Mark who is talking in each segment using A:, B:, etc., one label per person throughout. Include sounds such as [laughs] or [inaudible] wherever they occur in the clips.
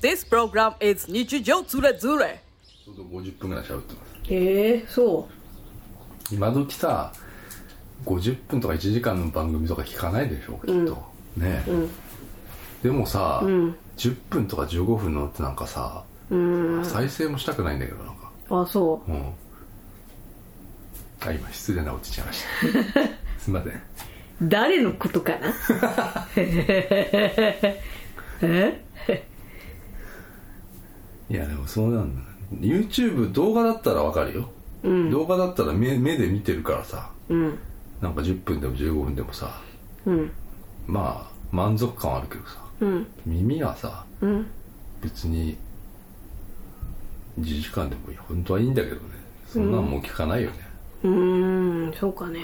A: This program is 日常ズレズレ
B: ちょうど50分ぐらい喋ってま
C: へえそ
B: す今時さ50分とか1時間の番組とか聞かないでしょきっと、ねえ、でもさ、10分とか15分のってなんかさ、
C: ううん
B: 再生もしたくないんだけどなんか
C: あそ
B: うんあ今失礼な落ちちゃいました
C: [laughs]
B: すいません
C: う誰のことかなえ
B: いやでもそうなんだ YouTube 動画だったらわかるよ、動画だったら目目で見てるからさ
C: うん
B: なんか10分でも15分でもさ
C: うん
B: まあ満足感はあるけどさ
C: うん
B: 耳はさ
C: うん
B: 別に1時間でもいい本当はいいんだけどねそんなんもう聞かないよね、
C: うーんそうかね、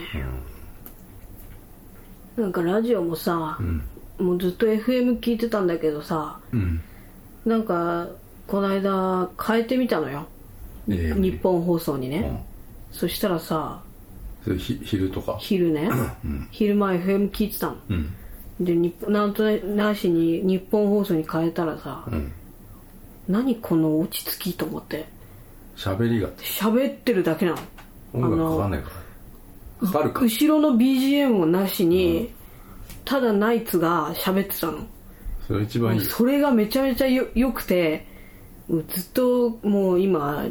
C: なんかラジオもさ、もうずっと FM 聞いてたんだけどさ
B: うん
C: なんかこの間変えてみたのよ
B: ええ
C: 日本放送にね、
B: うん
C: そしたらさ
B: それひ昼とか
C: 昼ね、昼前 FM 聞いてたの
B: うん
C: で日本なんとなしに日本放送に変えたらさ、
B: うん
C: 何この落ち着きと思って
B: 喋りが
C: 喋ってるだけなの
B: 音楽かかんないからかかるか
C: 後ろの BGM もなしに、ただナイツが喋ってたの
B: それ一番いいよ
C: それがめちゃめちゃよ良くてうんずっともう今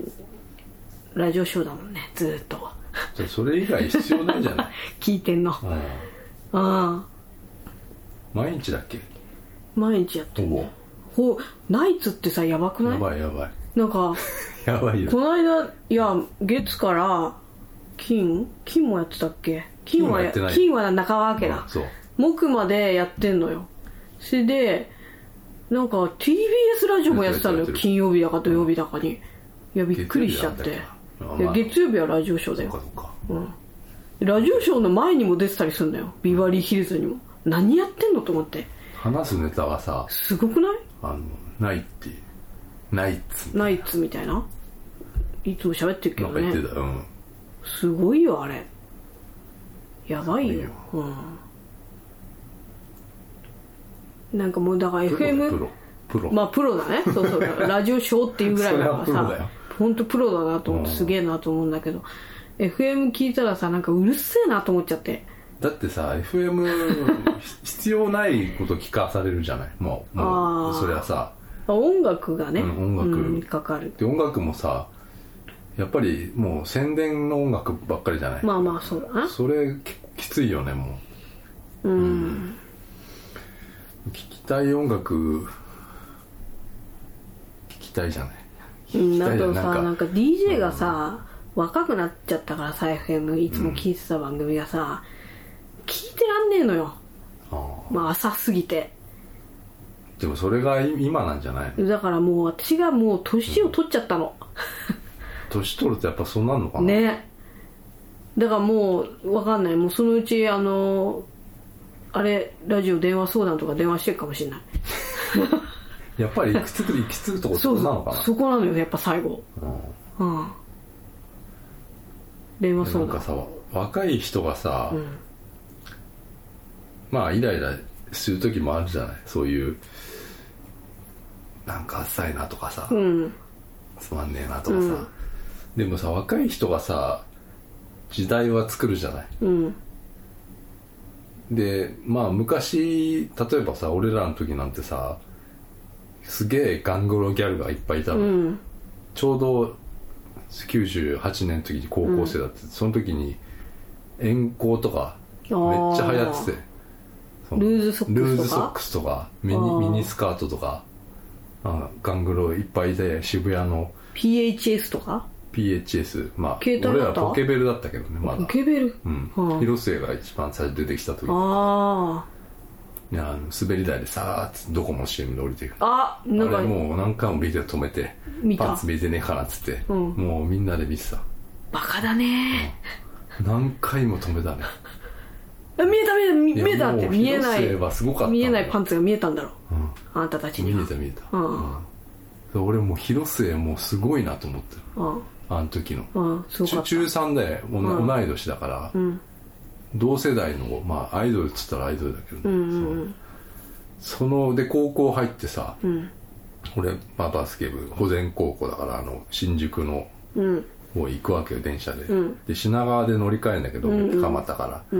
C: ラジオショーだもんねずっと [laughs]
B: じゃあそれ以外必要ないんじゃない、
C: 聞いてんのあ
B: うん、
C: あ
B: 毎日だっけ
C: 毎日やって
B: ほ
C: る
B: ぼ
C: ほナイツってさやばくな
B: や
C: い
B: ばいやばい
C: なんか
B: やばいよ
C: この間いや月から金金もやってたっけ金は
B: 金はやってない
C: 金は中川家だ、
B: そう
C: 木までやってんのよそれでなんか TBS ラジオもやってたの
B: やってるやって
C: よ
B: る
C: 金曜日だか土曜日だかにいやびっくりしちゃって
B: 月曜日なんだっけないま
C: や
B: あ
C: 月曜日はラジオショーだ
B: そっか
C: よ
B: そっか
C: ラジオショーの前にも出てたりするんだよビバリーヒルズにも何やってんのと思って
B: 話すネタはさ
C: すごくない
B: あのないってないっつう
C: ナイツみたいないつも喋ってるけ
B: の
C: ど
B: なんか言って
C: ね
B: たうん
C: すごいよあれやばい
B: いい
C: よ
B: よ、
C: うん、なんかもうだから
B: プロだ
C: FM
B: プロプロ、
C: まあプロだねそうそう
B: [laughs]
C: ラジオショーっていうぐらいだから
B: それはプロだよ
C: さ本当プロだなと思って
B: うん
C: すげえなと思うんだけど FM 聞いたらさなんかうるせえなと思っちゃって
B: だってさ FM ひ [laughs] 必要ないこと聞かされるじゃないもうも
C: あ
B: う
C: ー
B: それはさ
C: あ音楽がね、
B: うん音楽
C: うんかかる
B: で音楽もさやっぱりもう宣伝の音楽ばっかりじゃない、
C: まあまあそうだな
B: それ結構きついよねも
C: うん
B: う聞きたい音楽聞きたいじゃない
C: うん
B: 聞きた
C: あ
B: いよ
C: とさ
B: なんか
C: なんか DJ がさ、若くなっちゃったからさ FM いつも聞いてた番組がさ、聞いてらんねえのよ
B: あー
C: まあ浅すぎて
B: でもそれがい今なんじゃないの
C: だからもう私がもう年を取っちゃったの、
B: 年取るとやっぱそうなるのかな、
C: ねだからもうわかんないもうそのうちあのあれラジオ電話相談とか電話してるかもしれない
B: やっぱりいくつくいくつとこそうなのかな
C: そこなのよやっぱ最後
B: うん
C: うん電話
B: な
C: 相
B: んか
C: 談
B: さ若い人がさ、まあイライラする時もあるじゃないそういうなんかあっさいなとかさ、
C: うん
B: つまんねえなとかさ、でもさ若い人がさ時代は作るじゃない
C: うん
B: でまあ昔例えばさ俺らの時なんてさすげえガングロギャルがいっぱいいたの、
C: うん
B: ちょうど98年の時に高校生だって、その時に遠行とかめっち
C: あー
B: ゃ流行っててその
C: ルーズソックスとか
B: ルーズソックスとかミ
C: あ
B: ニ
C: ー
B: ミニスカートとかあガングロいっぱいいて渋谷の
C: PHS とか
B: PHS まあ
C: 携帯だった
B: 俺らポケベルだったけどねまだ
C: ポ、ケベル
B: うん
C: うん
B: 広末が一番最初出てきた時い
C: あ
B: やあの滑り台でさーっつってどこも CM で降りていく
C: ああ
B: あ
C: なんか
B: れもう何回もビデオ止めて
C: 見た
B: パンツ見えてねえかなっつって、
C: うん
B: もうみんなで見てた
C: バカだね
B: 何回も止めたね
C: あ見えた見えた見
B: いや
C: 見えたって
B: もう
C: 見えな
B: 広末はすごかった
C: い
B: んだ
C: 見えないパンツが見えたんだろう
B: うん
C: あんたたちに
B: 見
C: は
B: えた見えた、
C: うん
B: で俺もう広末もうすごいなと思ってる
C: うん
B: あの時の
C: うんすごか
B: 中
C: った
B: 中3で同
C: うん
B: 同い年だから、
C: ん
B: 同世代の、まあ、アイドルっつったらアイドルだけどね、
C: うんうんうん
B: そうそので高校入ってさ、
C: うん
B: 俺、まあ、バスケ部保全高校だからあの新宿の
C: うん
B: もう行くわけよ電車で,、
C: ん
B: で品川で乗り換えんだけど、蒲田から、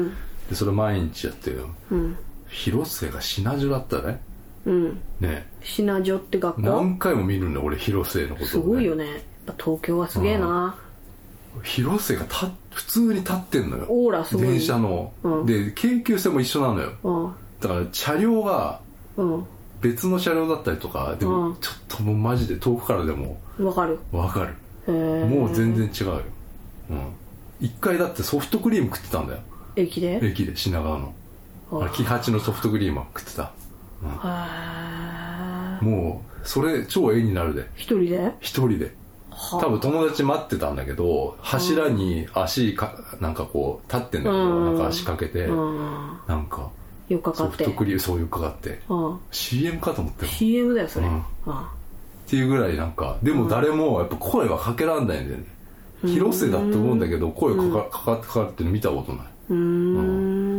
B: でそれ毎日やってるよ、
C: うん
B: 広末が品女だったね
C: うん
B: ね
C: シナジョって学校
B: 何回も見るんだ俺広末のことを、ね、
C: すごいよねやっぱ東京はすげえな
B: 広末がた普通に立ってんのよ
C: オーラすごい
B: 電車の、
C: うん
B: で京急線も一緒なのよ
C: うん
B: だから車両が
C: うん
B: 別の車両だったりとかで
C: う
B: も
C: ん
B: ちょっともうマジで遠くからでも
C: わかる
B: わかる
C: へえ
B: もう全然違うよ、うん、一回だってソフトクリーム食ってたんだよ
C: 駅でへ
B: 駅で品川の
C: あ
B: あれ木八のソフトクリームは食ってた
C: え
B: もうそれ超絵になるで
C: 一人で
B: 一人で多分友達待ってたんだけど柱に足かなんかこう立ってんだけど
C: うん
B: なんか足かけて
C: うん
B: なんか
C: よっかか
B: ソ
C: っ
B: フ
C: て
B: トクリームそういうかかって CM かと思った
C: うん
B: よ
C: CM だよそれ
B: うん
C: あ
B: っていうぐらいなんかでも誰もやっぱ声はかけらんないんだよね広瀬だと思うんだけど声かかかかってかかってるの見たことないう
C: ー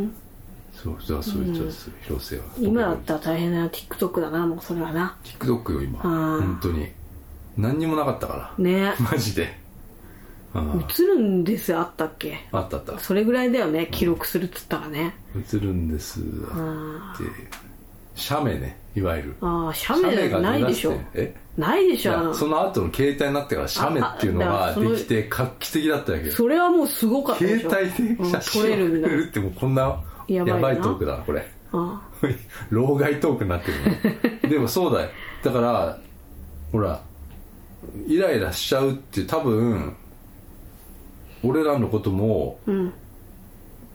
C: ん
B: そうじゃあそれじゃあそれ広瀬は
C: 今だったら大変な TikTok だなもうそれはな
B: TikTok よ今
C: あー
B: 本当に何にもなかったから
C: ね
B: マジで、うん、
C: 映るんですあったっけ
B: あったあった
C: それぐらいだよね記録するっつったらね
B: 映るんですって
C: あ
B: 写メねいわゆる
C: ああ写メ
B: が
C: ないでしょ
B: 出だてえ
C: ないでし
B: い
C: ょあ
B: や
C: の
B: その後の携帯になってから写メっていうの
C: ああ
B: が
C: だからその
B: できて画期的だったんだけど
C: それはもうすごかったでし
B: 携
C: ょ
B: 帯で写真
C: うん撮れる
B: を
C: んだ
B: 撮れるってもうこんな
C: や
B: や
C: ばいな
B: ばいトークだなこれ
C: あ
B: [laughs] 老害トークになってるねでもそうだよだからほらイライラしちゃうって多分俺らのことも
C: あうん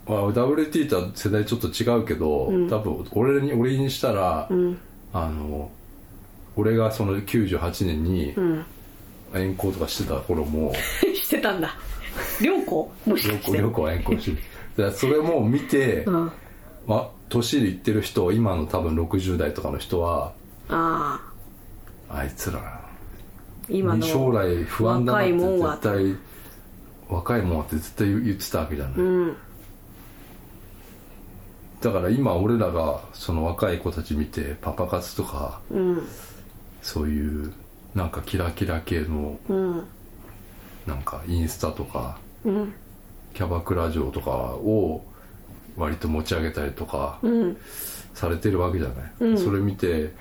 B: まあ、WT とは世代ちょっと違うけど、多分俺に俺にしたら、
C: ん
B: あの俺がその98年に
C: うん
B: 遠行とかしてた頃も
C: [laughs] してたんだ良子もし
B: よ
C: か
B: く
C: して
B: よくは遠行してるだからそれも見て、
C: うんあ
B: ま、年いってる人今の多分60代とかの人は
C: あ
B: あいつら
C: 今の
B: 将来不安だなって
C: 若いもんは
B: 絶対若いもんはって絶対言ってたわけじゃない、
C: うん
B: だから今俺らがその若い子たち見てパパ活とか
C: うん
B: そういうなんかキラキラ系の
C: うん
B: なんかインスタとか
C: うん
B: キャバクラ嬢とかを割と持ち上げたりとか
C: うん
B: されてるわけじゃない、
C: うん
B: それ見て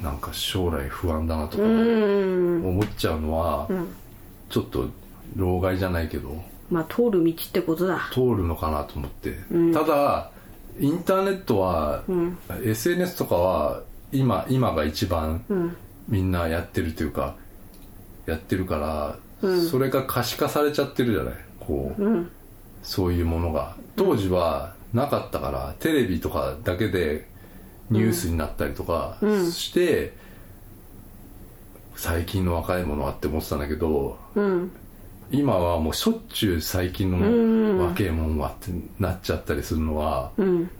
B: なんか将来不安だなとか
C: うん
B: 思っちゃうのは
C: ん
B: ちょっと老害じゃないけど
C: まあ通る道ってことだ
B: 通るのかなと思って、ただインターネットは、SNS とかは今今が一番
C: うん
B: みんなやってるというかやってるから、
C: うん
B: それが可視化されちゃってるじゃないこう、
C: うん
B: そういうものが当時はなかったからテレビとかだけでニュースになったりとか
C: うん
B: して、最近の若いものはって思ってたんだけど
C: うん
B: 今はもうしょっちゅう最近
C: うん
B: の若いもんはってなっちゃったりするのは
C: うん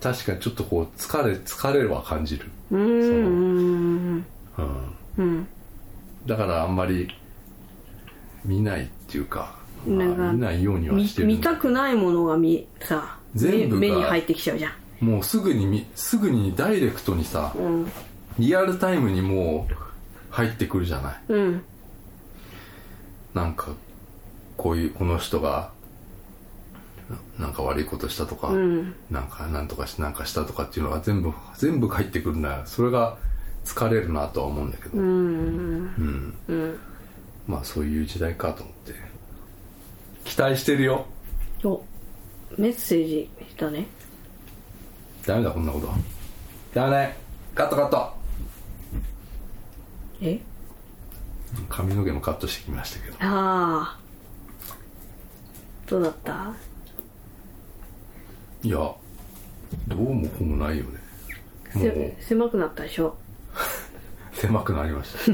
B: 確かにちょっとこう疲れ疲れは感じる、
C: うんうん
B: うん、
C: うん
B: だからあんまり見ないっていうか、まあ
C: なんか
B: 見ないようには
C: 見
B: してる
C: 見たくないものが見さ
B: 全部が
C: 目目に入ってきちゃうじゃん
B: もうすぐに見すぐにダイレクトにさ
C: うん
B: リアルタイムにもう入ってくるじゃない
C: うん
B: なんかこういうこの人がななんか悪いことしたとか、
C: うん
B: なんかなんとかしなんかしたとかっていうのが全部全部入ってくるならそれが疲れるなとは思うんだけど、
C: うん
B: まあそういう時代かと思って期待してるよ
C: おメッセージだね
B: ダメだこんなことはダメだねカットカット
C: え
B: 髪の毛もカットしてきましたけど
C: ああどうだった
B: いやどうもこうもないよねもう
C: せ狭くなったでしょ
B: 狭くなりま [laughs] した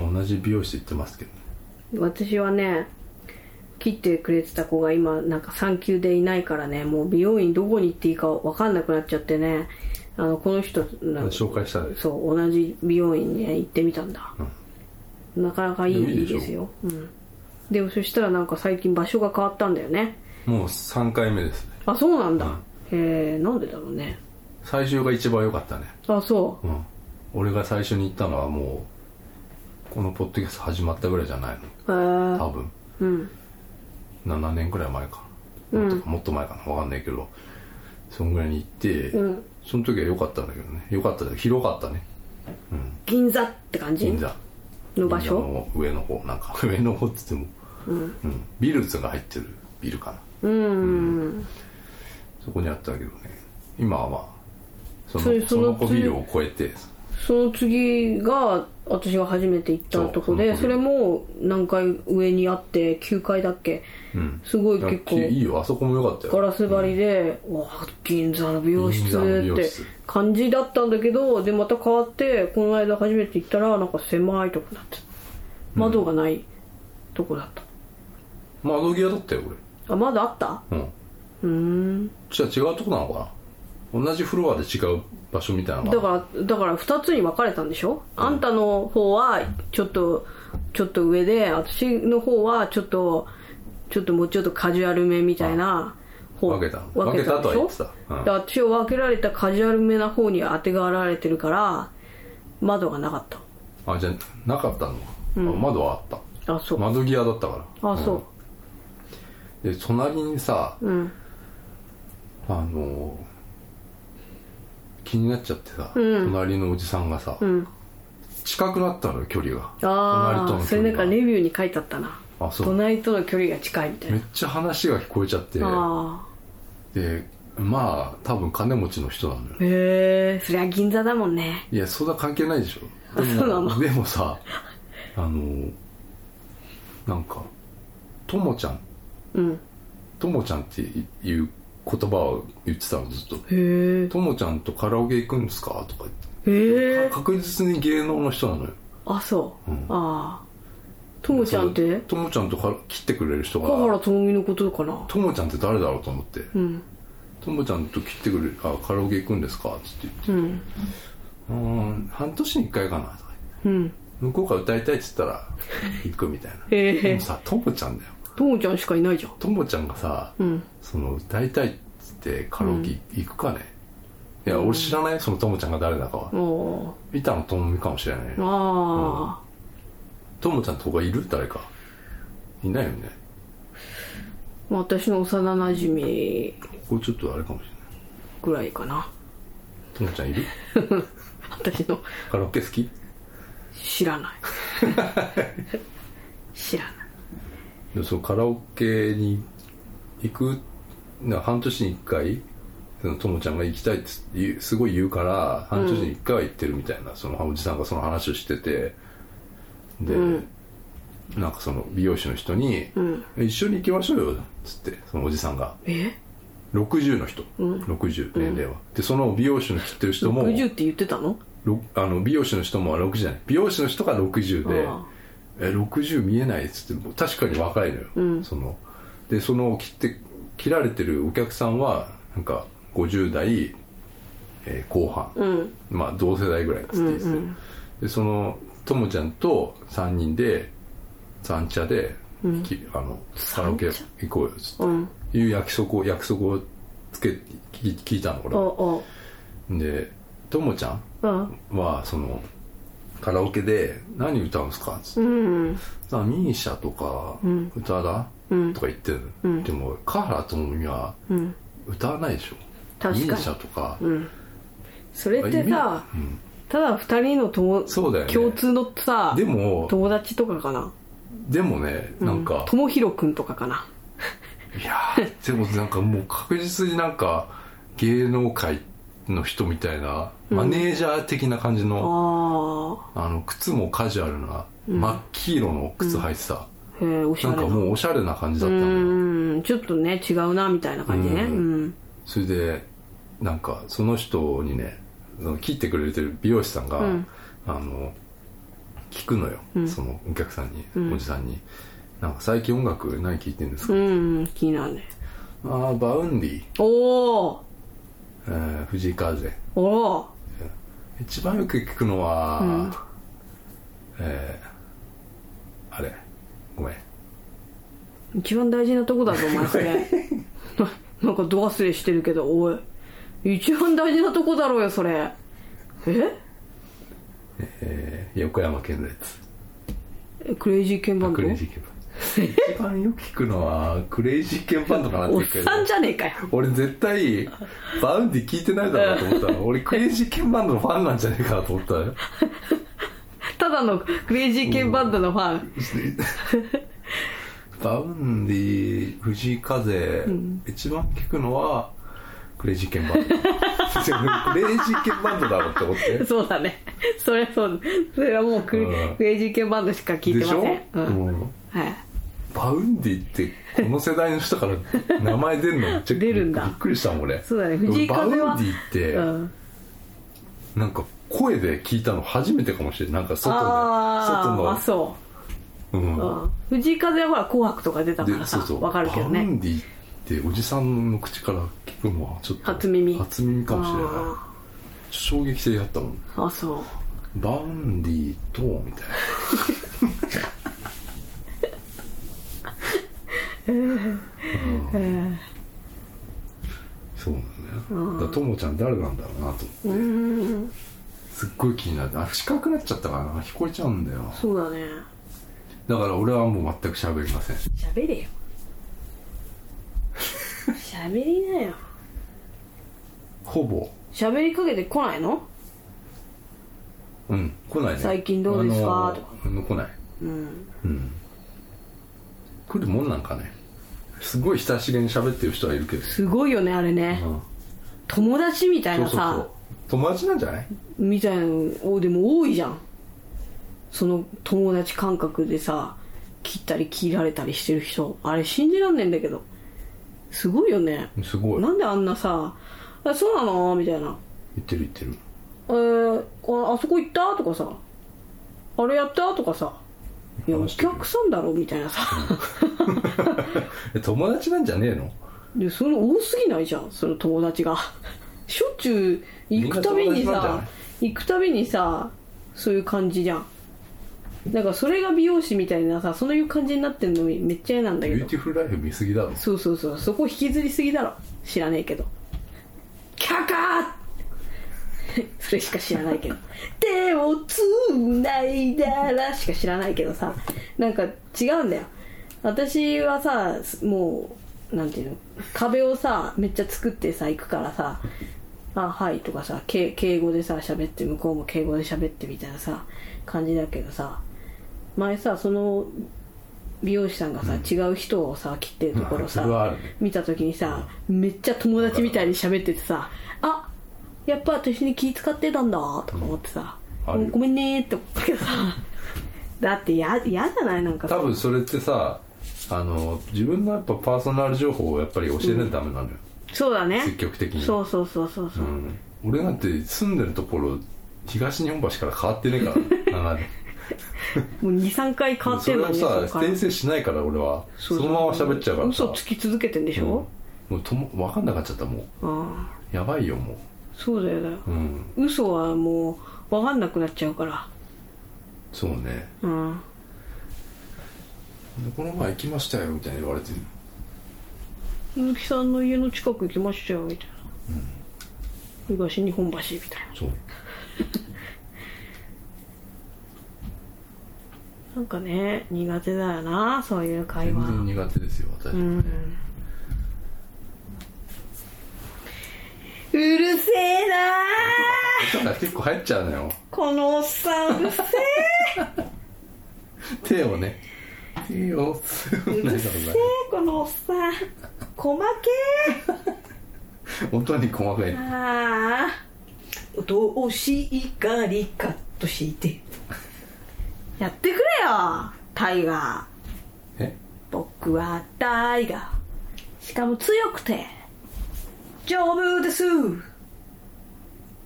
B: まあ同じ美容室行ってますけどね
C: 私はね切ってくれてた子が今なんか産休でいないからねもう美容院どこに行っていいか分かんなくなっちゃってねあのこの人なんか
B: 紹介したらいい
C: そう同じ美容院に、行ってみたんだ、なかなかいい
B: いいでしょ
C: ですよ、うん、でもそしたらなんか最近場所が変わったんだよね
B: もう3回目ですね
C: あそうなんだ、へえんでだろうね
B: 最終が一番良かったね
C: あそう
B: うん俺が最初に行ったのはもうこのポッドキャスト始まったぐらいじゃない
C: へえ
B: の多分
C: うん
B: 7年くらい前か、
C: うん
B: もっと前かなわかんないけどそんぐらいに行って、
C: うん
B: その時は良かったんだけどね良かったけど広かったね
C: 銀座って感じ
B: 銀座
C: の場
B: 銀座
C: 所
B: の上の方なんか上の方って言っても、うんビルズが入ってるビルかな
C: うん
B: そこにあったけどね今はまあその
C: そ
B: そ
C: れ
B: の
C: その
B: 小ビルを越えて
C: その次が私が初めて行ったとこで
B: そう
C: それも何階上にあって9階だっけ
B: うん
C: すごい
B: いや
C: 結構
B: いいよあそこも良かったよ
C: ガラス張りで、うわ銀座の美容室
B: 銀座の美
C: っ
B: 容
C: て
B: 室
C: 感じだったんだけどでまた変わってこの間初めて行ったらなんか狭いとこだった窓がないとこだった、
B: 窓際だったよ
C: あまだあった
B: 俺うん
C: うーん
B: じゃあ違うとこなのかな同じフロアで違う場所みたいなの
C: だ
B: が
C: からだから2つに分かれたんでしょ、あんたの方はちょっとちょっと上で私の方はちょっとちょっともうちょっとカジュアルめみたいな方
B: 分けた分けたとは言ってたうん
C: で私を分けられたカジュアルめな方にあてがわれてるから窓がなかっ
B: あじゃあなかったの、あ窓はあった
C: たあそう、
B: 窓際だったから
C: あそう
B: で隣にさ、
C: ん
B: あのー気になっちゃってさ、隣のおじさんがさ、
C: ん
B: 近くなったのよ距離が
C: ああそれなんか
B: ね
C: レビューに書いてあったな
B: あそう
C: 隣との距離が近いみたい
B: め
C: な
B: っちゃ話が聞こえちゃって
C: あ
B: でまあ多分金持ちの人なのよ
C: あへえそりゃ銀座だもんね
B: いやそんな関係ないでしょでも
C: そうなの
B: でもさあのーなんかともちゃん
C: うん
B: ともちゃんっていう言葉を言ってたのずっと
C: へえ
B: ともちゃんとカラオケ行くんですかとか言って
C: へえ
B: 確実に芸能の人なのよ
C: あそう、
B: うん
C: ああともちゃんって
B: ともちゃんとか切ってくれる人
C: 小原
B: が
C: 智美のことかな
B: ともちゃんって誰だろうと思って
C: うん
B: ともちゃんと切ってくれるあカラオケ行くんですかつって言ってう
C: うん
B: ーん半年に1回かなとか
C: うん
B: 向こうから歌いたいっつったら行くみたいな
C: へ
B: で
C: え
B: もさともちゃんだよ
C: ともちゃんしかいないじゃん
B: ともちゃんがさ、
C: うん
B: その歌いたいっつってカラオケ行くかね、いや俺知らないそのともちゃんが誰だかは
C: お
B: 板野友美かもしれない
C: ーあ
B: ともちゃんと他いる誰かいないよね
C: あ、まあ私の幼なじみ
B: これちょっとあれかもしれない
C: ぐらいかな
B: ともちゃんいる
C: 私の
B: カラオケ好き
C: 知らない
B: [laughs]
C: 知らない
B: でもそのカラオケに行くな半年に1回そのともちゃんが行きたいって言うすごい言うから半年に1回は行ってるみたいな、そのおじさんがその話をしててで、なんかその美容師の人に「一緒に行きましょうよ」っつってそのおじさんが
C: え
B: 60の人、60年齢は、でその美容師の切ってる人も
C: 60って言ってたの
B: ろあの美容師の人も60じゃない美容師の人が60で
C: ああ
B: 「え60見えない」っつってもう確かに若いのよ、そのでその切って切られてるお客さんはなんか50代、えー後半、
C: うん
B: まあ同世代ぐらいっつってですねでそのともちゃんと3人で三茶で、きあのカラオケ行こうよっつって、
C: うん
B: いう約束を約束をつけ聞聞いたの俺
C: あ
B: はでともちゃん
C: ああ
B: はそのカラオケで「何歌うんですか?」つって
C: うん
B: さあミーシャとか歌だ、とか言ってる、でもカハラともみは
C: うん
B: 歌わないでしょ
C: 確かに
B: ミーシャとか、
C: それってさ、ただ二人の友
B: そうだよね
C: 共通のさ
B: でも
C: 友達とかかな
B: でもねなんか、
C: ともひろくんとかかない
B: やーでもなんかもう確実になんか芸能界の人みたいなマネージャー的な感じ
C: あ
B: の,、
C: あ
B: あの靴もカジュアルな、真っ黄色の靴履いてた、
C: へえおしゃ
B: なん
C: れ
B: か
C: な
B: もうおしゃれな感じだった
C: う
B: のよ、
C: んちょっとね違うなみたいな感じね
B: う
C: うん
B: それでなんかその人にねその切ってくれてる美容師さんが、
C: ん
B: あの聞くのよ、そのお客さんに、おじさんに「なんか最近音楽何聴いてるんです
C: う
B: か
C: ん気になるね
B: ああバウンディ、
C: おー
B: えー藤井風
C: おー
B: 一番よく聞くのは、えーあれごめん
C: [laughs] 一番大事なとこだぞお前それなんかど忘れしてるけどおい一番大事なとこだろうよそれえ
B: えー横山健のやつ
C: クレイジーケンバンド
B: クレイジーケンバンド一番よく聞くのはクレイジーケンバンドかなって
C: おっ
B: 言うけど
C: さんじゃねえかよ
B: 俺絶対バウンディ聞いてないだろうと思った
C: [laughs]
B: の俺クレイジーケンバンドのファンなんじゃねえかなと思ったのよ
C: ただのクレイジーケンバンドのファン、
B: バウンディ藤井風、一番聞くのはクレイジーケン
C: [laughs]
B: バンドクレイジーケンバンドだろうって思って
C: そうだねそれそうそれはもうクレ,、
B: うん
C: クレイジーケンバンドしか聞い
B: で
C: て
B: し
C: ま
B: ょ
C: せん、うん
B: うん
C: はい
B: バウンディってこの世代の人から名前出るのめっちゃ
C: 出るんだ
B: びっくりしたもん俺
C: そうだね藤井風は
B: バウンディって、
C: うん、
B: なんか声で聞いたの初めてかもしれないなんか外で外
C: あ
B: の
C: あそうう、うんん、藤井風はほら「紅白」とか出たか
B: で
C: ら
B: そ
C: さ
B: うそう
C: わかるけど
B: バウ
C: ね
B: ンディっておじさんの口から聞くのはちょっと
C: 初耳
B: 初耳かもしれない
C: あ
B: 衝撃性やったもん
C: あそう
B: バウンディとみたいな
C: えー
B: そうなんだよともちゃん誰なんだろうなと思ってすっごい気になってあ近くなっちゃったからな聞こえちゃうんだよ
C: そうだね
B: だから俺はもう全く喋りません
C: 喋れよ喋りなよ
B: ほぼ
C: 喋りかけてこないの
B: うん来ないね
C: 最近どうです
B: あの
C: かとか
B: あの来ない
C: うん
B: うん来るもんなんかねすごい親しげに喋ってる人はいるけど
C: すごいよねあれね、
B: うん
C: 友達みたい
B: そう
C: な
B: そう
C: さ
B: そう友達なんじゃない
C: みたいなのおでも多いじゃんその友達感覚でさ切ったり切られたりしてる人あれ信じらんねえんだけどすごいよね
B: すごい
C: なんであんなさ「あそうなの?」みたいな
B: 言ってる言ってる
C: 「えー、ああそこ行った?」とかさ「あれやった?」とかさ「いやお
B: 話してる
C: 客さんだろ」みたいなさ
B: え友達なんじゃねえの
C: でそれ多すぎないじゃんその友達がしょっちゅう行くたびに
B: みんな友達なんじゃ
C: さ
B: ない
C: 行くたびにさそういう感じじゃんなんかそれが美容師みたいなさそういう感じになってんのめっちゃ嫌なんだけ
B: ビュー
C: ど
B: ティフルライフ見すぎだろ
C: そうそうそうそこ引きずりすぎだろ知らねえけどキャカーそれしか知らないけど手をつないだらしか知らないけどさなんか違うんだよ私はさもうなんていうの壁をさめっちゃ作ってさ行くからさ「あはい」とかさ敬敬語でさ喋って向こうも敬語で喋ってみたいなさ感じだけどさ前さその美容師さんがさ、違う人をさ切ってるところさ、
B: うんそれはあるね
C: 見た時にさめっちゃ友達みたいに喋っててさあやっぱ私に気使ってたんだとか思ってさ、
B: うんあるよ
C: ごめんねーって思ったけどさ [laughs] だってや嫌じゃないなんかさ
B: 多分それってさあの自分のやっぱパーソナル情報をやっぱり教えないとダメなのよ、
C: そうだね
B: 積極的に
C: そうそうそうそうそう、
B: うん俺なんて住んでるところ東日本橋から変わってねえ
C: [laughs]
B: からな
C: もう23回変わって
B: それ
C: んの
B: を
C: に
B: さ
C: そこから
B: 訂正しないから俺はそのまま喋っちゃうからさ
C: 嘘つき続けてんでし
B: うん
C: ょ、
B: もうとも分かんなかっちゃったもう
C: ああ
B: やばいよも
C: そうだよだよ
B: ううん
C: 嘘はもう分かんなくなっちゃうから
B: そうね
C: うん
B: でこの前行きましたよみたいに言われて
C: 鈴木さんの家の近く行きましたよみたいな、東日本橋みたい
B: そう
C: ななんかね苦手だよなそういう会
B: 全
C: 話
B: 然苦手ですよ私、
C: うんうるせえな
B: だから結構入っちゃうのよ
C: このおっさんうるせ
B: 手をね手をつ
C: えう
B: [laughs] な
C: る
B: い
C: せ
B: か
C: え
B: ら
C: このおっさん細けえ
B: 音に細かい
C: ああどうしいかりカットしてやってくれよタイガー
B: え
C: 僕はタイガーしかも強くて丈夫です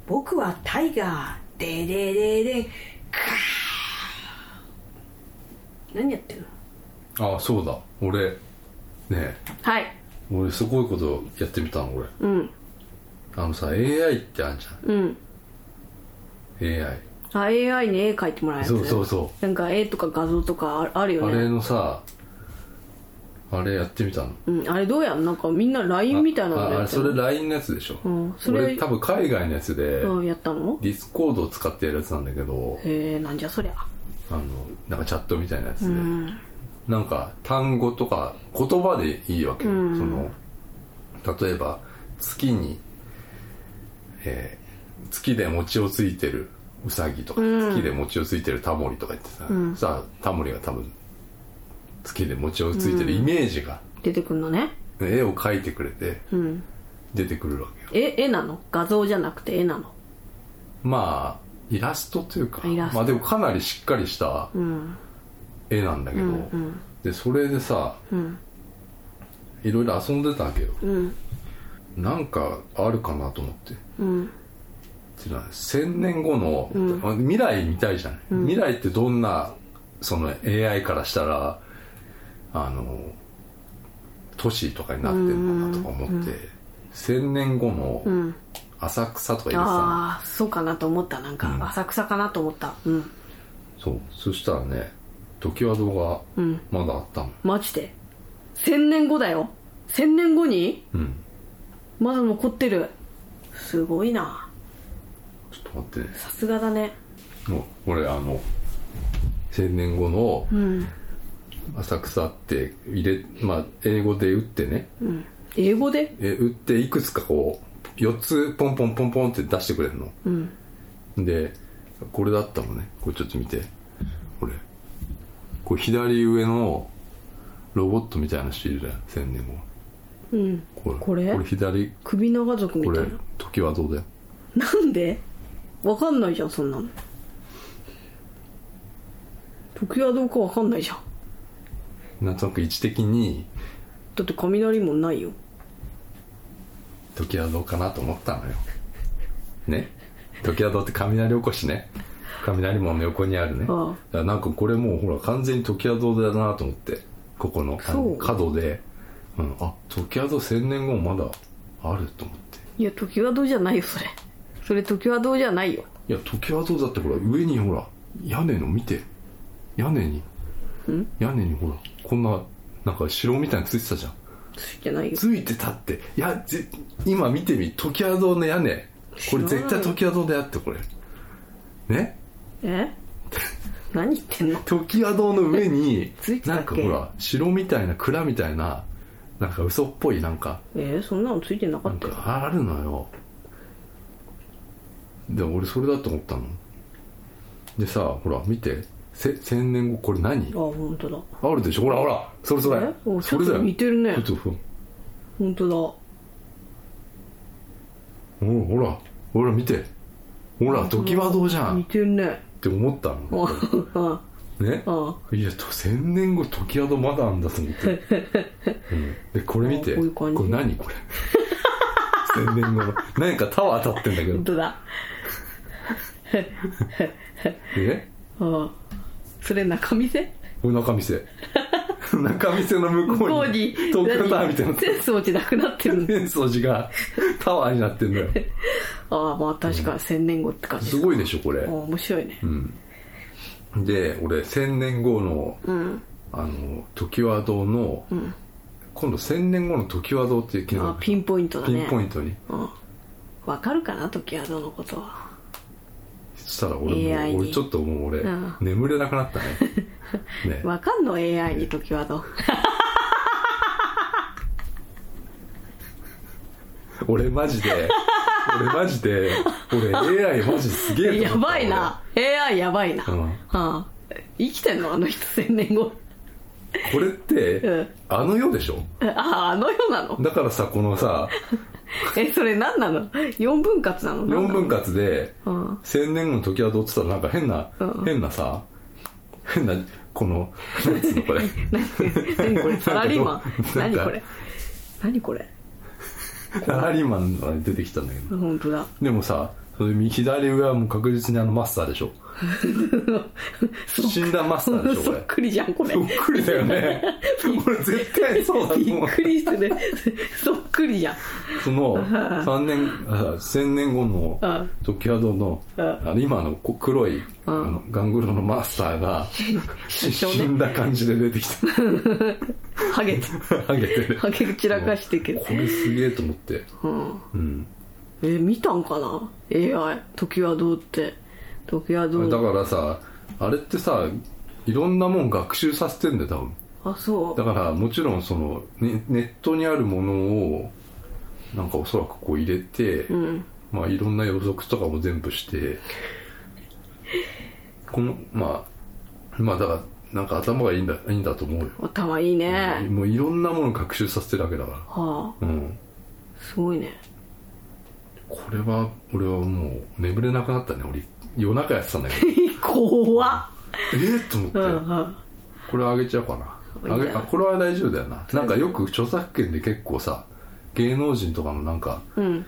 C: 僕はタイガーででででカー何やってんの
B: あそうだ俺ねえ
C: はい
B: 俺すごいことやってみたの俺
C: うん
B: あのさ AI ってあんじゃ
C: うん
B: ん AI
C: あ AI に絵描いてもらえる
B: そうそうそ
C: なんか絵とか画像とかあある
B: う
C: よ
B: あれ
C: ね
B: のさああれやってみたの
C: うん、あれどうやんなんかみんな LINE みたいな
B: あ
C: の
B: ああ
C: や
B: れ
C: って
B: それ LINE のやつでしょ、
C: うんそれ
B: 俺多分海外のやつで、
C: うん、やったの
B: ディスコードを使ってやるやつなんだけど
C: へえなんじゃそりゃ
B: あのなんかチャットみたいなやつで、
C: うん
B: なんか単語とか言葉でいいわけよ、
C: うん
B: その例えば月に、えー月で餅をついてるうさぎとか、
C: うん
B: 月で餅をついてるタモリとか言ってさ、
C: ん
B: さあタモリが多分月で餅をついてるイメージが、
C: 出てくんのね
B: 絵を描いてくれて
C: うん
B: 出てくるわけよ
C: え絵なの画像じゃなくて絵なの
B: まあイラストというか
C: イラスト
B: まあでもかなりしっかりした
C: うん
B: 絵なんだけ
C: う
B: ど、
C: んうん
B: でそれでさ
C: うん
B: いろいろ遊んでたわけよ
C: うん
B: なんかあるかなと思って
C: うん
B: ってのは1000年後の、未来見たいじゃない、未来ってどんなその AI からしたらあの都市とかになってるのかなとか思って、1000年後
C: う
B: の
C: ん
B: 浅草とか言ってた
C: ああそうかなと思ったなんか
B: うん
C: 浅草かなと思ったうん
B: そうそしたらね時和堂が
C: うん
B: まだあったの
C: マジで1000年後だよ1000年後に
B: うん
C: まだ残ってるすごいな
B: ちょっと待ってね
C: さすがだね
B: もう俺あの1000年後の
C: うん
B: 浅草って入れ、まあ、英語で打ってね
C: うん英語で
B: え打っていくつかこう4つポンポンポンポンって出してくれるの
C: うん
B: でこれだったのねこれちょっと見てこれこれ左上のロボットみたいな人いるじゃん千年
C: うん
B: 後
C: これ
B: これ左
C: 首長族み
B: こ
C: た
B: れ
C: いな
B: 時はどうだよ
C: なんでわかんないじゃんそんなの時はどうかわかんないじゃん
B: なんとなく位置的に
C: だって雷もないよ
B: 時はどうかなと思ったのよね時はどうって雷起こしね雷門の横にあるねだ
C: ああ
B: からなんかこれもうほら完全に時はどうだなと思ってここのあの
C: そう
B: 角で、うん、あ時はどう千年後もまだあると思って
C: いや時はどうじゃないよそれそれ時はどうじゃないよ
B: いや時はどうだってほら上にほら屋根の見て屋根に屋根にほらこんななんか城みたいについてたじゃん
C: ついてないよ
B: ついてたっていやぜ今見てみ時はどうの屋根これ絶対時はどうだよってこれね
C: え何言ってんの
B: 時はどうの上に
C: ついてた
B: な
C: っ
B: ん
C: け
B: かほら城みたいな蔵みたいななんか嘘っぽいなんか
C: えー、そんなのついてなか
B: なん
C: ったよ
B: かあるのよで俺それだと思ったのでさほら見てせ千年後これ何
C: あ本当だ
B: あるでしょほらほらそれそれ
C: えお
B: それだ
C: ちょっ
B: よ
C: と似てるね
B: ちょっと
C: 本当
B: ほほらほら見てほら時はどうじゃ
C: だ
B: ん
C: 似
B: って
C: るね
B: て思った
C: あ
B: の
C: あ
B: ね
C: あ
B: いやと千年後時はどまだあんだと思って、うんでこれ見て
C: あこういう感じ
B: これ何これ [laughs] 千年後の何かタワー当たってんだけど
C: 本当だ
B: え
C: あそれ中見せ
B: お中見せ [laughs] 中見せの向こ
C: 向こ
B: う
C: う
B: に
C: に
B: 東京タワーみたいな
C: 何センス落ちなくなってるの
B: 浅草寺がタワーになってんのよ
C: ああまあ確かに千年後って感じ
B: すごいでしょこれ
C: ああ面白いね
B: で俺千年後の、あの時和堂の、今度千年後の時和堂っていう機能
C: あピンポイントだね
B: ピンポイントに
C: うんわかるかな時はどのことは
B: そしたら俺も
C: AI
B: う
C: に
B: 俺ちょっともう俺、
C: うん
B: 眠れなくな
C: [laughs]
B: ったねね
C: わかんの AI に時はど
B: 俺マジ
C: [laughs]
B: で俺マジで俺 AI マジすげえと
C: [laughs] や
B: 思った
C: ばいな AI やばいな、
B: うん
C: ああ生きてんのあの人千年後
B: 俺これって、
C: うん
B: あの世でしょ
C: あああの世なの
B: だからさこのさ
C: [laughs] えそれ何なの四分割なの何なの
B: 4分割で
C: うん
B: 千年後の時はどうって言ったらなんか変な、
C: うん
B: 変なさ変なこのなんつうのこれ
C: [laughs]
B: [laughs]
C: 何何これサラリーマン
B: なん
C: 何
B: か
C: これ何これ
B: サラリーマンの出てきたんだけど
C: 本当だ
B: でもさそれ右左上はもう確実にあのマスターで
C: [laughs]
B: しょ死んだマスターでしょ
C: そっくりじゃんこれ
B: これそっくりだよ
C: [laughs]
B: ね俺絶対そうだと
C: び
B: 思
C: っ
B: う
C: くりしてね [laughs] そっくりじゃん
B: その3年あ1000年後の時はどの
C: うん
B: あの今のこう黒いあの
C: [laughs]
B: ガングロのマスターが死んだ感じで出てきた
C: ハゲて
B: ハゲてる
C: ハゲ散らかしてるけど
B: これすげえと思って
C: うん
B: うん
C: え見たんかな AI 時はどうって時はど
B: だ
C: う
B: からさあれってさいろんなもん学習させてんだよ多分
C: あそう
B: だからもちろんそのネネットにあるものをなんかおそらくこう入れて、
C: うん
B: まあいろんな予測とかも全部してこのまあまあだからなんか頭がいいんだいいんだと思うよ、
C: 頭いいね、
B: もういろんなものを学習させてるわけだか
C: は
B: らうん
C: あすごいね [laughs]
B: これは俺はもう眠れなくなったね俺夜中やってたんだ
C: [laughs]
B: けど
C: 怖
B: えっと思って、
C: っうんうん
B: これあげちゃおうかなあげあこれは大丈夫だよななんかよく著作権で結構さ芸能人とかのなんか
C: うん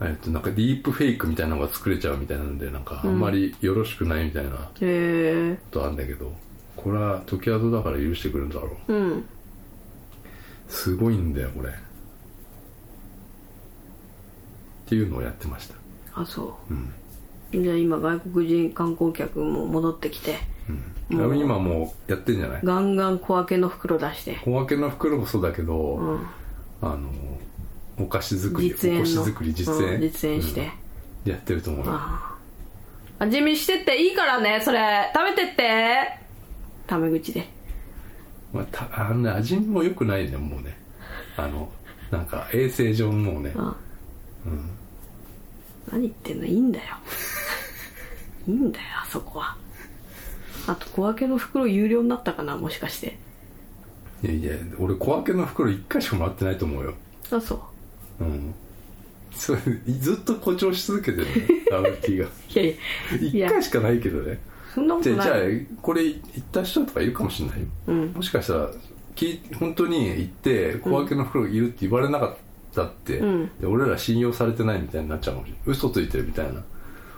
B: えっとなんかディープフェイクみたいなのが作れちゃうみたいなんでなんかあんまりよろしくないみたいな
C: へえ
B: ことあるんだけど、これは時宿だから許してくれるんだろう
C: うん
B: すごいんだよこれっていうのをやってました
C: あそうう、
B: ん
C: じゃあ今外国人観光客も戻ってきて
B: 多分今もうやってんじゃない
C: ガンガン小分けの袋出して
B: 小分けの袋もそうだけど、あのお菓子作り
C: 実
B: お
C: 演
B: 菓子
C: の
B: 作り実
C: う
B: 演、
C: ん実演して、
B: うんやってると思うよ
C: 味見してっていいからねそれ食べてってタメ口で
B: まあ、たあのね味も良くないねもうねあのなんか衛生上もうね、
C: ん何言ってんのいいんだ
B: [laughs]
C: よいいんだよあそこはあと小分けの袋有料になったかなもしかして
B: いやいや俺小分けの袋1回しかもらってないと思うよ
C: あそう
B: うんそれずっと誇張し続けてる
C: [laughs]
B: ねラブティが
C: いやいやい
B: 1
C: や
B: 回しかないけどね
C: そんなこ
B: じ
C: と
B: ゃあ
C: ない
B: じゃあこれ行った人とかいるかもしれないよ、もしかしたらき本当に行って小分けの袋いるって言われなかったって、で俺ら信用されてないみたいになっちゃうかもしれない嘘ついてるみたいな
C: だか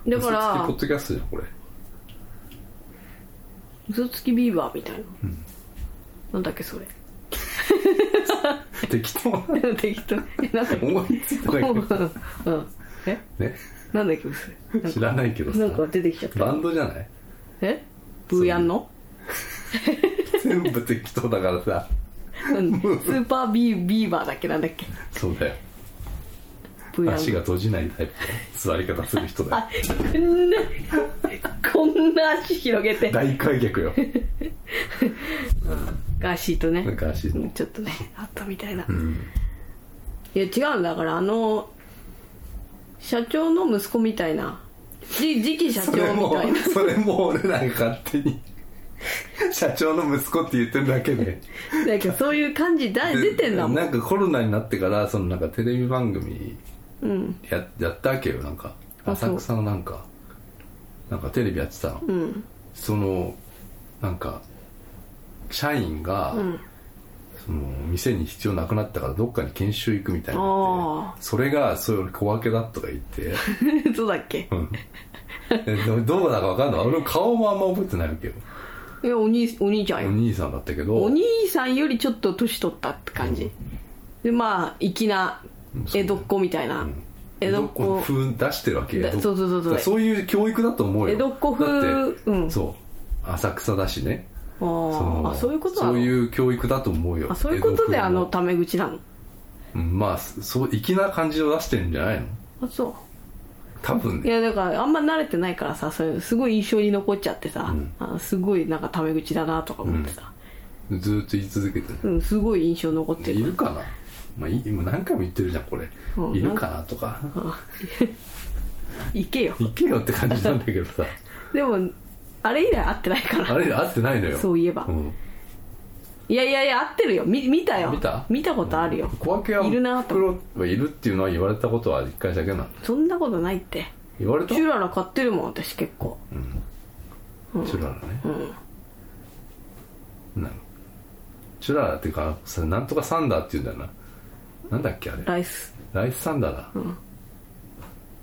B: 嘘つきポッ
C: ら
B: ドキャストじゃんこれ [laughs]
C: 嘘つきビーバーみたいな、なんだっけそれ
B: 適当な
C: 適当えなんだっけ
B: 思いついてないけ
C: [laughs]
B: ど
C: うんうんえ
B: ね
C: なんだっけそれなんか
B: 知らないけど
C: なんか
B: さ
C: 出てきちゃった
B: バンドじゃない
C: えブーヤンの
B: 全部適当だからさ
C: うんスーパービービーバーだっけなんだっけ
B: そうだよ
C: ブーヤン
B: 足
C: の
B: が閉じないタイプの座り方する人だよ
C: あこんなこんな足広げて
B: 大開脚よ
C: ガーシーとね
B: なんか足
C: [laughs]
B: の
C: ちょっとねあったみたいな、いや違うんだからあの社長の息子みたいなじ次期社長
B: それ
C: み
B: も
C: たいな
B: それも俺らが勝手に社長の息子って言ってるだけで
C: なんかそういう感じだ出てんだもん
B: なんかコロナになってからそのなんかテレビ番組
C: うん
B: ややったわけよなんか
C: あそう
B: 浅草のなんかなんかテレビやってたの、
C: うん
B: そのなんか社員が、その店に必要なくなったからどっかに研修行くみたいになっ
C: あ
B: てそれがそれ小分けだとか言って、
C: [laughs] そうだっけ
B: うん、えどどうだか分かんない俺の顔もあんま覚えてないわけど
C: いやお兄お兄ちゃん
B: お
C: よ
B: 兄さんだったけど
C: お兄さんよりちょっと年取ったって感じ、でまあ粋な江戸っ子みたいな、江
B: 江
C: 戸っ
B: 戸っ
C: 子
B: 子風出してるわけ
C: だ
B: 江戸っ子
C: そうそうそうそう
B: だからそういう教育だと思うよ
C: 江戸っ子風
B: だって
C: うん
B: そう浅草だしね
C: あー
B: の
C: あそういうことなの
B: そういう教育だと思うよ
C: あそういうことであのタメ口なの
B: 江戸風うんまあそう粋な感じを出してるんじゃないの
C: あそう
B: 多分
C: い
B: ね
C: やだからあんま慣れてないからさそれすごい印象に残っちゃってさ、あすごいなんかタメ口だなとか思ってさ、
B: ずーっと言い続けてる
C: うんすごい印象残って
B: い
C: る
B: るかな、まあ、い今何回も言ってるじゃんこれ、
C: うん
B: いるかなとか
C: 行けよ
B: 行けよって感じなんだけど
C: [laughs]
B: さ
C: でもあれ以来会ってないか
B: あ
C: ら
B: れ合ってないのよ
C: そういえば
B: ん
C: いやいやいや会ってるよみ見たよ
B: 見た
C: ことあるよ、
B: 小分けはい
C: るなと
B: 袋はいるっていうのは言われたことは一回だけなの
C: そんなことないって
B: 言われた
C: チュララ買ってるもん私結構
B: チュララねうんなのチュララっていうかそれなんとかサンダーっていうんだよななんだっけあれ
C: ライス
B: ライスサンダーだ、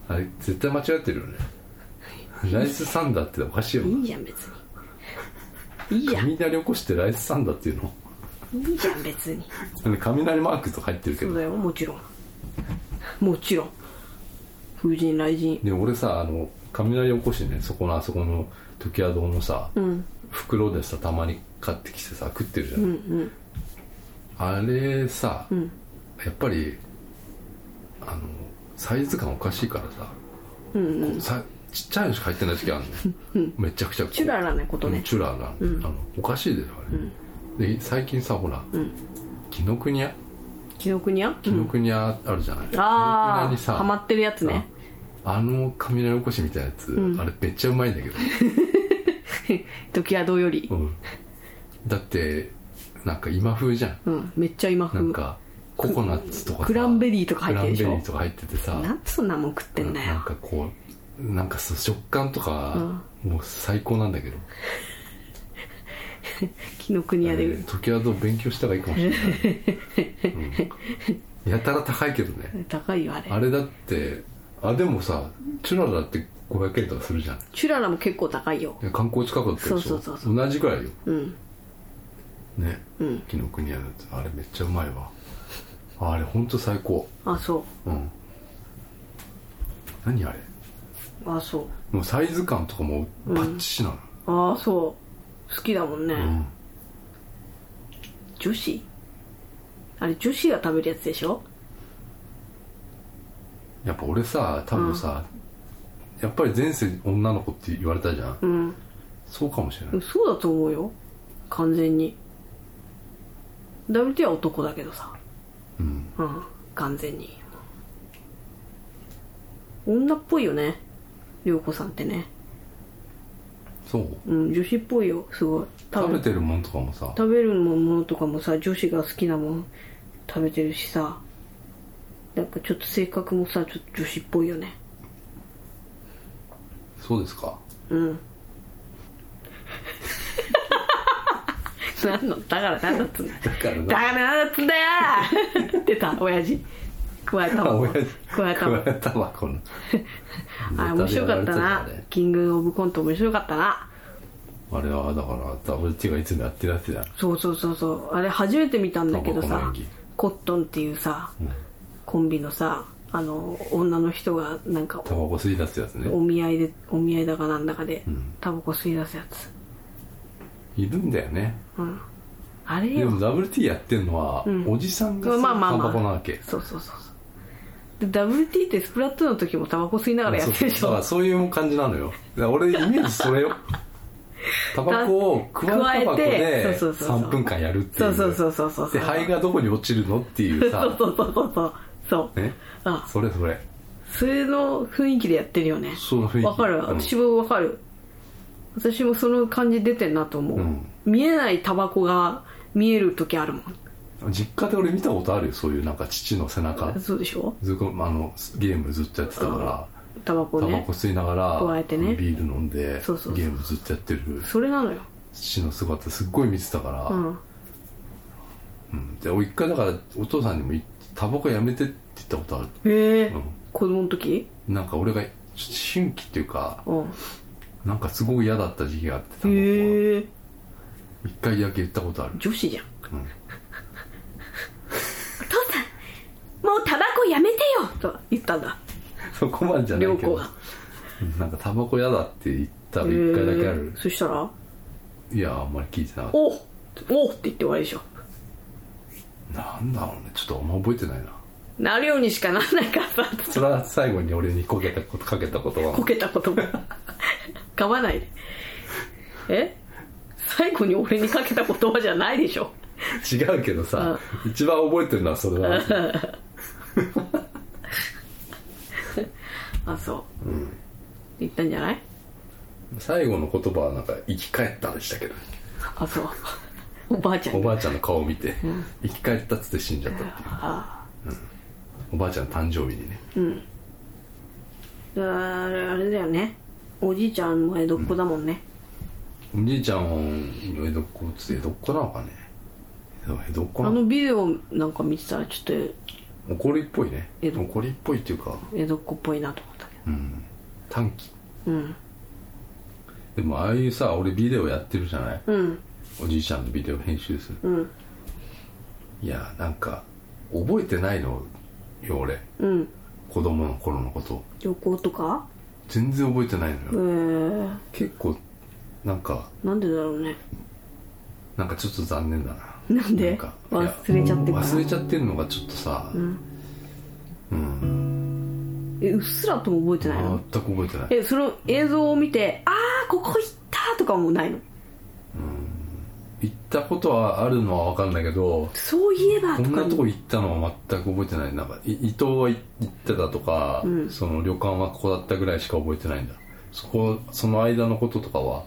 B: あれ絶対間違ってるよねライスサンダーっておかしいよ
C: い
B: ない
C: じゃん別にいいじゃんい
B: 雷起こしてライスサンダーっていうの
C: いじゃん別に
B: なんか雷マークとか入ってるけ
C: そう
B: ど
C: だよもちろんもちろん風神雷神
B: で俺さあの雷起こしてねそこのあそこの時は堂のさ、
C: ん
B: 袋でさたまに買ってきてさ食ってるじゃん、あれさ、
C: ん
B: やっぱりあのサイズ感おかしいからさ,、こうさちっちゃいのしか入ってない時あるの、ね、 [laughs] めちゃくちゃこう
C: チュララなことね
B: うんチュララ、あのおかしいでしょあれ、で最近さほら、紀ノ国屋
C: 紀ノ国屋
B: 紀ノ国屋あるじゃない、紀ノ国
C: あ
B: 屋
C: あ
B: にさ
C: ハマってるやつね
B: ああの雷おこしみたいなやつ、あれめっちゃうまいんだけ
C: [laughs]
B: ど、
C: 時はどうより
B: うんだってなんか今風じゃん
C: うんめっちゃ今
B: なん
C: 風
B: かココナッツとかさ
C: クランベリーとか入ってるで
B: ク
C: しょ
B: ランベリーとか入っててさ
C: なんでそんなもん食ってんだ
B: なん
C: よ
B: かこうなんかそう食感とか、もう最高なんだけど
C: 紀ノ国屋で
B: えー時はどう勉強した方がいいかもしれない、うんやたら高いけどね
C: 高いよあれ
B: あれだってあでもさチュラだって500円とかするじゃん
C: チュララも結構高いよ
B: いや観光近かったでしょ
C: そうそうそうそ
B: 同じくらいよ
C: うん
B: ね紀ノ国屋のやつあれめっちゃうまいわあれほんと最高
C: あそ
B: うん何あれ
C: うあそう
B: もうサイズ感とかもバッチシなの、
C: ああそう好きだもんね、
B: うん
C: 女子あれ女子が食べるやつでしょ
B: やっぱ俺さ多分さ、やっぱり前世女の子って言われたじゃん、
C: うん
B: そうかもしれない、
C: そうだと思うよ完全に WT は男だけどさ
B: うん、
C: うん完全に女っぽいよね涼子さんってね
B: そう
C: うん女子っぽいよすごい多
B: 食べ
C: 分
B: てるもんとかもさ
C: 食べるものとかもさ女子が好きなもん食べてるしさなんかちょっと性格もさちょっと女子っぽいよね [laughs]
B: そうですか
C: なんのだからなんだっつうん
B: [laughs]
C: だ
B: だから
C: だ
B: な
C: からなんだっつうん [laughs] だよ出た親父加えた
B: あ
C: も
B: 親
C: ん
B: 父
C: 加えたもん
B: 加えたわこの
C: あ面白かっ
B: ネタ
C: たな
B: でやられて
C: キングオブコント面白かったな
B: たあれはだから WT がいつもやってるやつだ
C: そうそうそうそうあれ初めて見たんだけど
B: なんかこの
C: さ
B: 演技
C: コットンっていうさ、コンビのさあの女の人がなんか
B: タバコ吸い出すやつね
C: お見合いでお見合いだかなんだかで、
B: ん
C: タバコ吸い出すやつ
B: いるんだよね
C: あれ
B: で
C: よ
B: も WT やってるのは、おじさんが
C: まあ
B: さ
C: まあまあ、
B: タバコなわけ
C: そうそうそうそうで WT ってスプラトゥーンの時もタバコ吸いながらやってるでし
B: そうだか
C: ょ
B: らそういう感じなのよだから俺イメージそれ
C: [laughs]
B: よタバコを加わるタバコで
C: そうそうそうそう
B: 3分間やるってい
C: そううそうそうそうそう
B: で肺がどこに落ちるのっていうさ
C: そうそうそうそうそうそう、
B: ね
C: あ
B: それそれ
C: それの雰囲気でやってるよね
B: その雰囲気
C: わかる
B: うん
C: 私もわかる私もその感じ出てんなと思う、
B: うん
C: 見えないタバコが見える時あるもん
B: 実家で俺見たことあるよそういうなんか父の背中
C: そうでしょ
B: ずっとあのゲームずっとやってたか
C: タバコ
B: らタバ
C: ね
B: コ吸いながら
C: 加えてね
B: ビール飲んで
C: そうそうそう
B: ゲームずっとやってる
C: それなのよ
B: 父の姿すっごい見てたから、
C: うん
B: うんで俺一回だからお父さんにもい「タバコやめて」って言ったことある
C: へえ、
B: うん
C: 子供の時
B: なんか俺が新規っていうか
C: うん
B: なんかすごく嫌だった時期があってタバコは
C: へえ
B: 一回だけ言ったことある [laughs]
C: 女子じゃん、
B: うん
C: お父さんもうタバコやめてよと言ったんだ
B: そこまでじゃな
C: 涼
B: いけ
C: 子
B: ど
C: が
B: うんなんかタバコ嫌だって言ったら一回だけある
C: へえそしたら
B: いやあんまり聞いてなかっ
C: おおって言って終わりでしょ
B: たなんだろうねちょっとあんま覚えてないな
C: なるようにしかなんないからさ
B: それは最後に俺にこけたことかけたことは
C: こけたことも [laughs] 噛まないでえ最後に俺にかけた言葉じゃないでしょ
B: 違うけどさ一番覚えてるのはそれだな
C: あそう、言ったんじゃない
B: 最後の言葉はなんか生き返ったでしたけど
C: あそうおばあちゃ
B: お
C: んが
B: ばあちゃんの顔を見て生き返ったっつって死んじゃったっていう、うんおばあちゃんの誕生日にね
C: あれあれだよねおじいちゃんも江戸っ子だもんね、
B: おじいちゃんの江戸っ子って江戸っ子なのかね江戸っ子
C: あ
B: なの
C: のビデオなんか見てたらちょっ
B: 怒りっぽいね
C: 江戸
B: 怒りっぽいっていうか
C: と江戸っ子っぽいなと思ったけ
B: うん短期
C: どうん
B: でもああいうさ俺ビデオやってるじゃない、
C: うん
B: おじいちゃんのビデオ編集する、
C: うん
B: いやなんか覚えてないのよ俺
C: うん
B: 子供の頃のこと
C: 旅行とか
B: 全然覚えてないのよ、
C: えー、
B: 結構なんか
C: なんでだろうね
B: なんかちょっと残念だな
C: なんで
B: なんか
C: 忘れちゃって
B: いや
C: るから
B: 忘れちゃってんのがちょっとさ、
C: ん
B: うん
C: えうっすらとも覚えてないの
B: 全く覚えてない
C: えその映像を見てああここ行ったとかもないの
B: 行ったことはあるのは分かんないけど
C: そういえば
B: ことん
C: か
B: なとこ行ったのは全く覚えてないなんかい伊東は行ってたとか、
C: ん
B: その旅館はここだったぐらいしか覚えてないんだそこその間のこととかは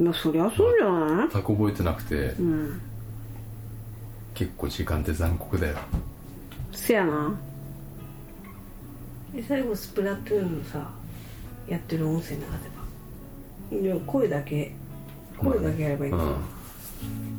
C: まあそりゃそうじゃない
B: 全く覚えてなくて、
C: うん
B: 結構時間って残酷だよ
C: せやな
D: で最後スプラトゥーンのさやってる音声流せばでも声だけ声だけやればいいん
B: う
D: だよ、
B: ん